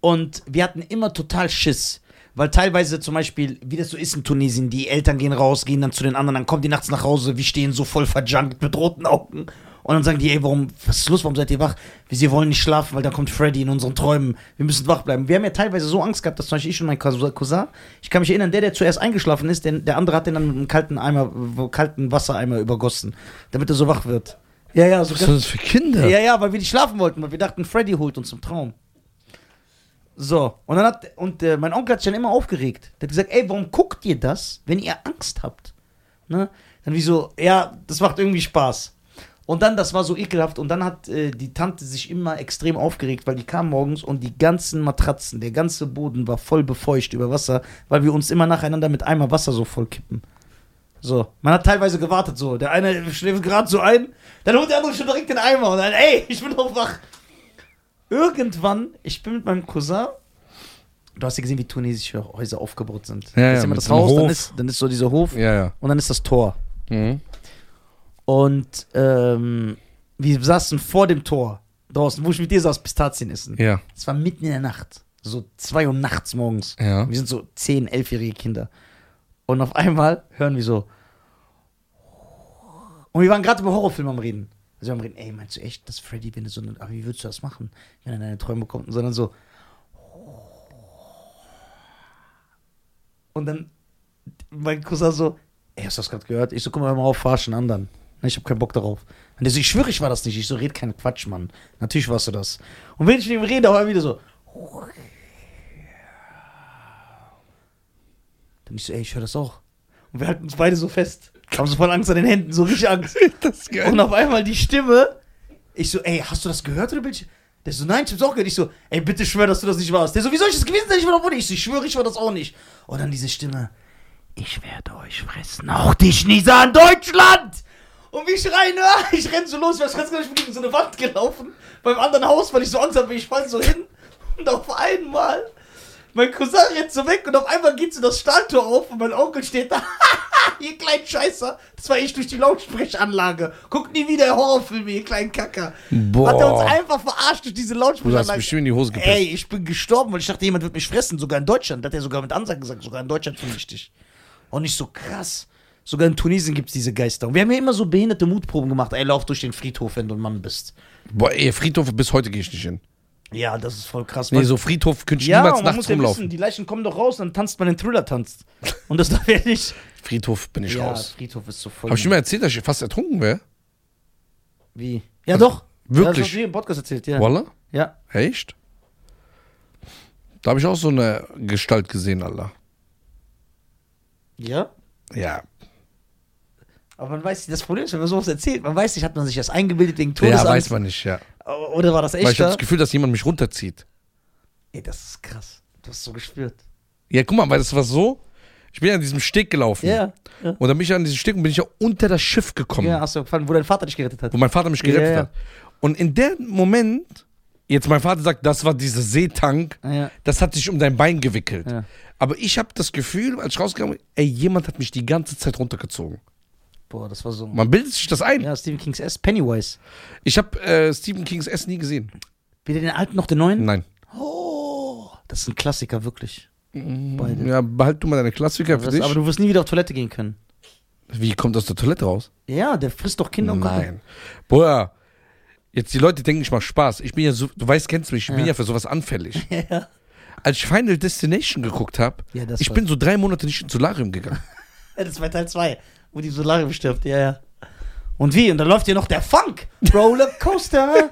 Und wir hatten immer total Schiss. Weil teilweise zum Beispiel, wie das so ist in Tunesien, die Eltern gehen raus, gehen dann zu den anderen, dann kommen die nachts nach Hause, wir stehen so voll verjunkt mit roten Augen. Und dann sagen die, ey, warum, was ist los, warum seid ihr wach? Wir, sie wollen nicht schlafen, weil da kommt Freddy in unseren Träumen. Wir müssen wach bleiben. Wir haben ja teilweise so Angst gehabt, dass zum Beispiel ich und mein Cousin, Cousin, ich kann mich erinnern, der, der zuerst eingeschlafen ist, der, der andere hat den dann mit einem kalten Eimer, wo- kalten Wassereimer übergossen, damit er so wach wird. Ja, ja, so
Was sind das für Kinder?
ja, ja, weil wir nicht schlafen wollten, weil wir dachten, Freddy holt uns im Traum. So, und dann hat, und äh, mein Onkel hat sich dann immer aufgeregt. Der hat gesagt, ey, warum guckt ihr das, wenn ihr Angst habt? Ne? Dann wie so, ja, das macht irgendwie Spaß. Und dann, das war so ekelhaft, und dann hat äh, die Tante sich immer extrem aufgeregt, weil die kam morgens und die ganzen Matratzen, der ganze Boden war voll befeucht über Wasser, weil wir uns immer nacheinander mit Eimer Wasser so voll kippen. So, man hat teilweise gewartet so. Der eine schläft gerade so ein, dann holt der andere schon direkt den Eimer und dann, ey, ich bin doch wach. Irgendwann, ich bin mit meinem Cousin, du hast ja gesehen, wie tunesische Häuser aufgebaut sind.
Ja,
Da
ja,
ist immer
mit
das
so einem
Haus, dann
Hof.
ist, dann ist so dieser Hof
Ja, ja.
und dann ist das Tor.
Mhm.
Und ähm, wir saßen vor dem Tor. draußen, wo ich mit dir saß, Pistazien essen.
Ja.
Es war mitten in der Nacht. So zwei Uhr nachts morgens.
Ja.
Wir sind so zehn, elfjährige Kinder. Und auf einmal hören wir so. Und wir waren gerade über Horrorfilme am Reden. Also wir haben reden, ey, meinst du echt, dass Freddy, wenn du so eine, aber wie würdest du das machen, wenn er deine Träume kommt? Und sondern so. Und dann mein Cousin so, ey, hast du das gerade gehört? Ich so, guck mal, hör mal auf, verarschen anderen. Ne, Ich habe keinen Bock darauf. Und der so, ich schwöre, ich war das nicht. Ich so, red keinen Quatsch, Mann. Natürlich warst du das. Und wenn ich mit ihm rede, hör wieder so. Dann ich so, ey, ich höre das auch. Und wir halten uns beide so fest. Haben so voll Angst an den Händen, so richtig Angst.
Das ist
Und auf einmal die Stimme. Ich so, ey, hast du das gehört oder bin ich? Der so, nein, ich hab's auch gehört. Ich so, ey, bitte schwör, dass du das nicht warst. Der so, wie soll ich das gewesen sein? Ich war doch wohl nicht. Ich so, ich schwöre, ich war das auch nicht. Und dann diese Stimme. Ich werde euch fressen. Auch dich, Nisa, in Deutschland! Und wie schreien, ah, ich renn so los, weil ich ganz gar nicht bin gegen so eine Wand gelaufen. Beim anderen Haus, weil ich so Angst habe, ich fall so hin. Und auf einmal, mein Cousin rennt so weg und auf einmal geht so das Stahltor auf und mein Onkel steht da. ihr kleinen Scheißer, das war ich durch die Lautsprechanlage. Guckt nie wieder Horrorfilme, ihr kleinen Kacker.
Boah.
Hat er uns einfach verarscht durch diese
Du hast
Lautsprechanlage.
bestimmt in die Hose gepisst.
Ey, ich bin gestorben, weil ich dachte, jemand wird mich fressen, sogar in Deutschland. Das hat er sogar mit Ansage gesagt, sogar in Deutschland finde ich dich. Auch nicht so krass. Sogar in Tunesien gibt es diese Geister. Und wir haben ja immer so behinderte Mutproben gemacht. Ey, lauf durch den Friedhof, wenn du ein Mann bist.
Boah, ey, Friedhof, bis heute gehe ich nicht hin.
Ja, das ist voll krass.
Nee,
Man-
so Friedhof könnte ich
ja,
niemals
und man
nachts
muss ja wissen,
rumlaufen.
die Leichen kommen doch raus, dann tanzt man den Thriller-Tanz. Und das darf ja nicht.
Friedhof bin ich
ja,
raus.
Friedhof ist so voll.
Hab ich dir mal erzählt, dass ich fast ertrunken wäre?
Wie? Ja, doch. Ja, das
Wirklich?
hast du hier im Podcast erzählt, ja.
Walla?
Ja.
Echt? Da habe ich auch so eine Gestalt gesehen, Alter.
Ja?
Ja.
Aber man weiß nicht, das Problem ist, wenn man sowas erzählt, man weiß nicht, hat man sich das eingebildet wegen
Ja,
Todesangst?
weiß man nicht, ja.
Oder war das
Weil ich
echt?
habe das Gefühl, dass jemand mich runterzieht.
Ey, das ist krass. Du hast so gespürt.
Ja, guck mal, weil das war so, ich bin ja an diesem Steg gelaufen.
Ja. Ja,
Und dann bin ich an diesem Steg und bin ich ja unter das Schiff gekommen,
ja hast du gefallen, wo dein Vater dich gerettet hat.
wo mein Vater mich gerettet
Ja, ja.
hat. Und in dem Moment, jetzt mein Vater sagt, das war dieser Seetank,
Ah, Ja.
das hat sich um dein Bein gewickelt.
Ja.
Aber ich habe das Gefühl, als ich rausgekommen bin, ey, jemand hat mich die ganze Zeit runtergezogen.
Boah, das war so.
Man bildet sich das ein.
Ja, Stephen Kings S. Pennywise.
Ich habe äh, Stephen Kings S nie gesehen.
Weder den alten noch den neuen?
Nein.
Oh, das ist ein Klassiker, wirklich. Beide.
Ja, behalt du mal deine Klassiker für
Das,
dich.
aber du wirst nie wieder auf Toilette gehen können.
Wie kommt aus der Toilette raus?
Ja, der frisst doch Kinder und Kacken.
Nein. Boah, jetzt die Leute denken, ich mach Spaß. Ich bin ja so, du weißt, kennst mich, ich bin ja für sowas anfällig.
Ja.
Als ich Final Destination geguckt habe,
Ja, das
ich
war-
bin so drei Monate nicht ins Solarium gegangen.
Das war Teil 2, wo die Solarium stirbt, ja, ja. Und wie? Und dann läuft hier noch der Funk. Rollercoaster.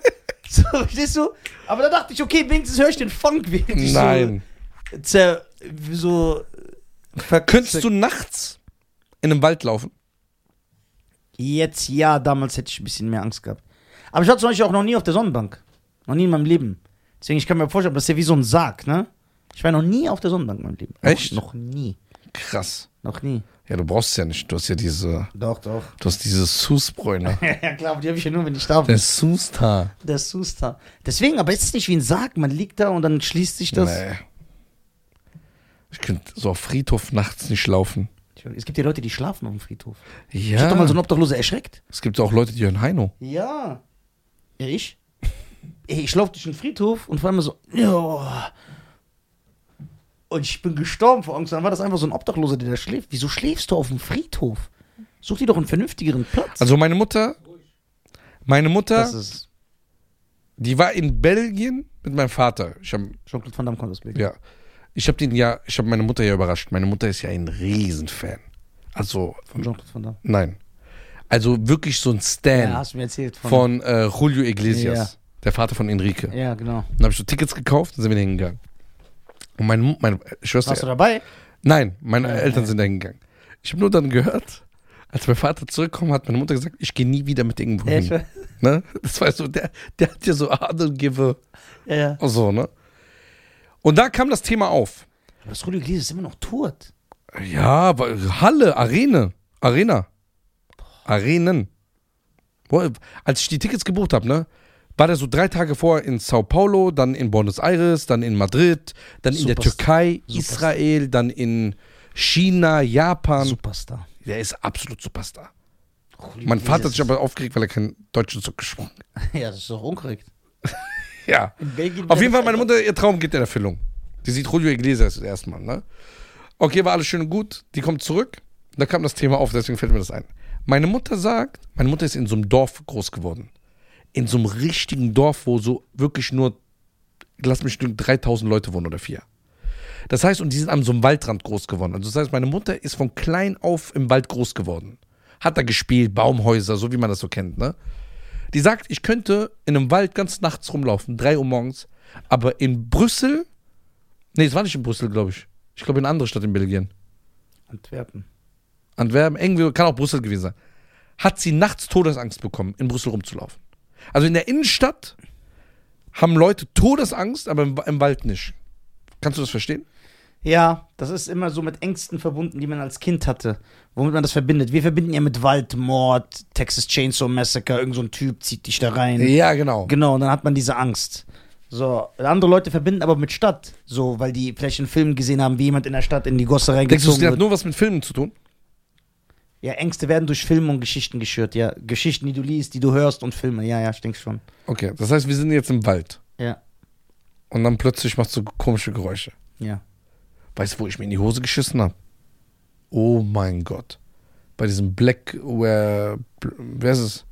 so, verstehst du? Aber da dachte ich, okay, wenigstens höre ich den Funk. während ich
Nein.
So, zer, so
Könntest du nachts in einem Wald laufen?
Jetzt ja, damals hätte ich ein bisschen mehr Angst gehabt. Aber ich war zum Beispiel auch noch nie auf der Sonnenbank. Noch nie in meinem Leben. Deswegen, ich kann mir vorstellen, das ist ja wie so ein Sarg, ne? Ich war noch nie auf der Sonnenbank in meinem Leben.
Echt?
Noch, noch nie.
Krass.
Noch nie.
Ja, du brauchst es ja nicht. Du hast ja diese,
Doch, doch.
du hast diese Susbräune.
ja, klar, aber die habe ich ja nur, wenn ich da bin.
Der Sustar.
Der Suster. Deswegen, aber es ist nicht wie ein Sarg. Man liegt da und dann schließt sich das.
Nee. Ich könnte so auf Friedhof nachts nicht laufen.
Es gibt ja Leute, die schlafen auf dem Friedhof. Ich hab
Ja.
doch mal so einen Obdachloser erschreckt.
es gibt auch Leute, die hören Heino.
Ja. Ja, ich? Ey, ich laufe durch den Friedhof und vor allem so. "Ja." Und ich bin gestorben vor Angst. Dann war das einfach so ein Obdachloser, der da schläft. Wieso schläfst du auf dem Friedhof? Such dir doch einen vernünftigeren Platz.
Also meine Mutter, meine Mutter,
das ist.
die war in Belgien mit meinem Vater. Ich habe
Jean-Claude Van Damme kommt aus Belgien.
ja, ich habe den ja, ich habe meine Mutter ja überrascht. Meine Mutter ist ja ein Riesenfan. Also
Von Jean-Claude Van Damme.
nein, also wirklich so ein Stan
Ja, hast du mir erzählt. Von,
von äh, Julio Iglesias,
Ja.
der Vater von Enrique.
Ja, genau.
Dann habe ich so Tickets gekauft, dann sind wir da hingegangen. Und meine, Mu- meine Schwester,
Warst du dabei?
nein, meine
Ja,
Eltern
ja.
sind da hingegangen. Ich habe nur dann gehört, als mein Vater zurückgekommen hat, meine Mutter gesagt, ich gehe nie wieder mit irgendwo
Ja,
hin.
ich war-
Ne? Das war so, der, der hat ja so Adelgewe.
ja, ja.
So, ne? Und da kam das Thema auf.
Aber das Julio Iglesias ist immer noch tot.
Ja, aber Halle, Arena. Arena. Arenen. Wo- Als ich die Tickets gebucht habe, ne? War der so drei Tage vor in Sao Paulo, dann in Buenos Aires, dann in Madrid, dann in der
Superstar.
Türkei,
Superstar.
Israel, dann in China, Japan.
Superstar.
Der ist absolut Superstar.
Julio
Mein Vater hat
Iglesias
sich aber aufgeregt, weil er kein deutsches Zug gesprochen hat.
Ja, das ist doch unkorrekt.
Ja.
In Belgien
Auf jeden
wäre
Fall, meine Mutter, ihr Traum geht in Erfüllung. Die sieht Julio Iglesias das erste Mal, ne? Okay, war alles schön und gut. Die kommt zurück. Da kam das Thema auf, deswegen fällt mir das ein. Meine Mutter sagt, meine Mutter ist in so einem Dorf groß geworden. In so einem richtigen Dorf, wo so wirklich nur, lass mich lügen, 3000 Leute wohnen oder vier. Das heißt, und die sind an so einem Waldrand groß geworden. Also das heißt, meine Mutter ist von klein auf im Wald groß geworden. Hat da gespielt, Baumhäuser, so wie man das so kennt, ne? Die sagt, ich könnte in einem Wald ganz nachts rumlaufen, 3 Uhr morgens. Aber in Brüssel. Nee, es war nicht in Brüssel, glaube ich. Ich glaube, in einer anderen Stadt in Belgien.
Antwerpen.
Antwerpen, irgendwie, kann auch Brüssel gewesen sein. Hat sie nachts Todesangst bekommen, in Brüssel rumzulaufen. Also in der Innenstadt haben Leute Todesangst, aber im, im Wald nicht. Kannst du das verstehen?
Ja, das ist immer so mit Ängsten verbunden, die man als Kind hatte, womit man das verbindet. Wir verbinden ja mit Wald, Mord, Texas Chainsaw Massacre, irgend so ein Typ zieht dich da rein.
Ja, genau.
Genau, und dann hat man diese Angst. So, andere Leute verbinden aber mit Stadt, so, weil die vielleicht einen Film gesehen haben, wie jemand in der Stadt in die Gosse
Denkst du,
reingezogen
das hat
wird.
nur was mit Filmen zu tun?
Ja, Ängste werden durch Filme und Geschichten geschürt, ja. Geschichten, die du liest, die du hörst und Filme. Ja, ja, ich denke schon.
Okay, das heißt, wir sind jetzt im Wald.
Ja,
Und dann plötzlich machst du komische Geräusche.
ja.
Weißt du, wo ich mir in die Hose geschissen habe? Oh mein Gott. Bei diesem Black, where, wer ist es?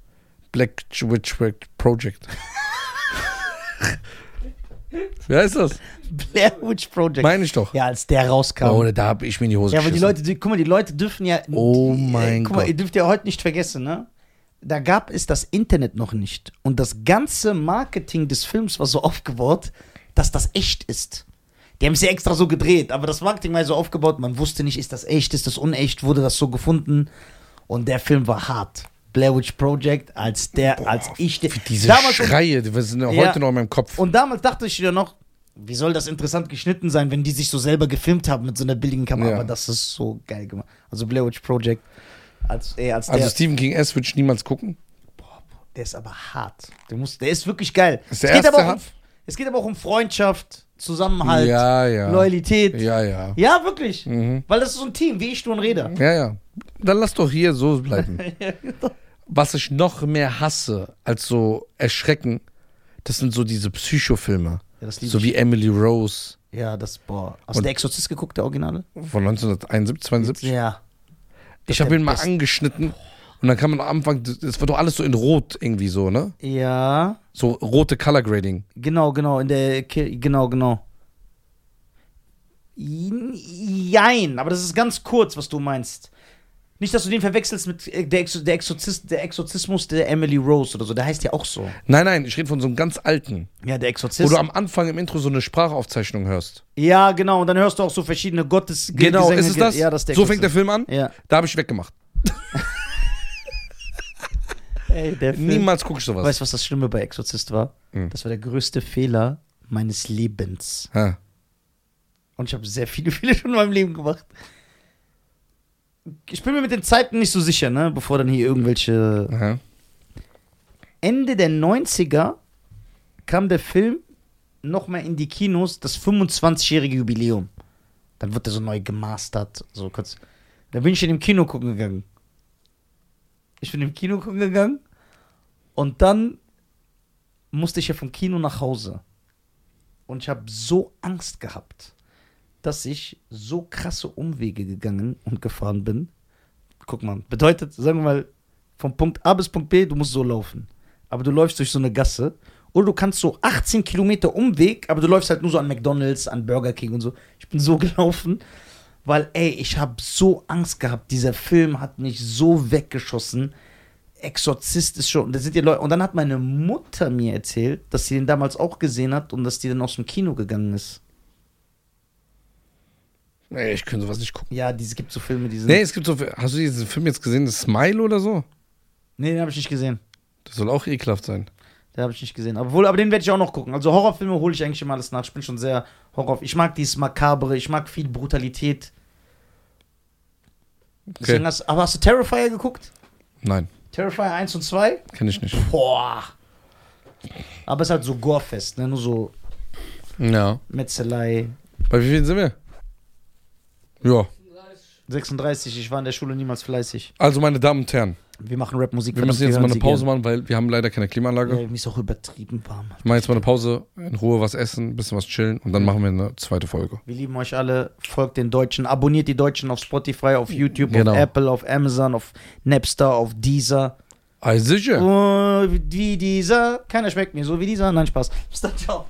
Black Witch Project. wer heißt das?
Blair Witch Project.
Meine ich doch.
ja, als der rauskam.
Oh, da habe ich mir in die Hose
ja, aber
geschissen.
die Leute, die, guck mal, die Leute dürfen ja.
Oh
die- äh,
mein
guck mal,
Gott.
ihr dürft ja heute nicht vergessen, ne? Da gab es das Internet noch nicht. Und das ganze Marketing des Films war so aufgebaut, dass das echt ist. Die haben es ja extra so gedreht, aber das Marketing war so aufgebaut, man wusste nicht, ist das echt, ist das unecht, wurde das so gefunden. Und der Film war hart. Blair Witch Project, als der, als ich. den-
Diese
damals und
Schreie, die sind ja heute
Ja.
noch in meinem Kopf.
und damals dachte ich ja noch, wie soll das interessant geschnitten sein, wenn die sich so selber gefilmt haben mit so einer billigen Kamera?
Ja.
Aber das ist so geil gemacht. Also Blair Witch Project, als, ey, als
also
der,
Stephen King S würde ich niemals gucken.
der ist aber hart. Der, muss, der ist wirklich geil.
Ist der
es, geht
erste
aber auch um,
hart?
es geht aber auch um Freundschaft, Zusammenhalt,
Ja, ja.
Loyalität. Ja,
Ja, Mhm. ja.
wirklich. Weil das ist so ein Team, wie ich, du und Räder.
Ja, ja. Dann lass doch hier so bleiben.
genau.
Was ich noch mehr hasse als so Erschrecken, das sind so diese Psychofilme.
Ja, das lieb
so
ich.
wie Emily Rose
Ja, das, boah. Hast du
Und-
der Exorzist geguckt, der Originale?
von 1971, 72.
Ja.
ich habe ihn mal
Das-
angeschnitten und dann kann man am Anfang, es war doch alles so in Rot irgendwie so, ne?
Ja.
So rote Color Grading.
Genau, genau, in der Ki genau, genau. Jein, aber das ist ganz kurz, was du meinst. Nicht, dass du den verwechselst mit äh, der, Exo der, Exorzist der Exorzismus der Emily Rose oder so. Der heißt ja auch so.
Nein, nein, ich rede von so einem ganz alten,
Ja, der
wo
Exorzist.
du am Anfang im Intro so eine Sprachaufzeichnung hörst.
ja, genau. Und dann hörst du auch so verschiedene Gottes.
Genau,
Gesänge-
ist es das?
Ja, das ist der
so fängt der
Exorzist.
Film an.
Ja.
Da habe ich weggemacht.
Ey, der Film.
Niemals gucke ich sowas.
Weißt du, was das Schlimme bei Exorzist war?
Hm.
Das war der größte Fehler meines Lebens.
Ha.
Und ich habe sehr viele, viele schon in meinem Leben gemacht. Ich bin mir mit den Zeiten nicht so sicher, ne? Bevor dann hier irgendwelche.
Aha.
Ende der 90er kam der Film nochmal in die Kinos, das 25-jährige Jubiläum. Dann wird er so neu gemastert. So kurz. Da bin ich in dem Kino gucken gegangen. Ich bin im Kino gucken gegangen und dann musste ich ja vom Kino nach Hause. Und ich habe so Angst gehabt, dass ich so krasse Umwege gegangen und gefahren bin. Guck mal, bedeutet, sagen wir mal, vom Punkt A bis Punkt B, du musst so laufen. Aber du läufst durch so eine Gasse. Oder du kannst so 18 Kilometer Umweg, aber du läufst halt nur so an McDonalds, an Burger King und so. Ich bin so gelaufen, weil, ey, ich habe so Angst gehabt. Dieser Film hat mich so weggeschossen. Exorzist ist schon. Da sind die Leute. Und dann hat meine Mutter mir erzählt, dass sie den damals auch gesehen hat und dass die dann aus dem Kino gegangen ist.
Ey, ich könnte sowas nicht gucken.
Ja, diese gibt so Filme, die sind.
Nee,
Nee,
es gibt so. Hast du diesen Film jetzt gesehen, das Smile oder so?
den habe ich nicht gesehen.
Das soll auch ekelhaft sein.
Den habe ich nicht gesehen. Aber, wohl, aber den werde ich auch noch gucken. Also Horrorfilme hole ich eigentlich immer alles nach. Ich bin schon sehr Horror. Ich mag dieses Makabre, ich mag viel Brutalität. Deswegen Hast, aber hast du Terrifier geguckt?
Nein,
Terrifier 1 und 2?
kenne ich nicht.
Boah. Aber es ist halt so Gorefest, ne? Nur so
Ja.
Metzelei.
Bei wie vielen sind wir? Ja.
36.
36, ich war in der Schule niemals fleißig.
Also, meine Damen und Herren,
Wir machen Rap-Musik.
Wir müssen jetzt mal eine Pause machen, weil wir haben leider keine Klimaanlage.
Ja, mir ist auch übertrieben warm.
Ich mache jetzt mal eine Pause, in Ruhe was essen, ein bisschen was chillen und dann machen wir eine zweite Folge.
Wir lieben euch alle. Folgt den Deutschen. Abonniert die Deutschen auf Spotify, auf YouTube,
Genau.
auf Apple, auf Amazon, auf Napster, auf Deezer.
Ah, sicher.
Oh, wie dieser. Keiner schmeckt mir so wie dieser. Nein, Spaß. Bis dann, ciao.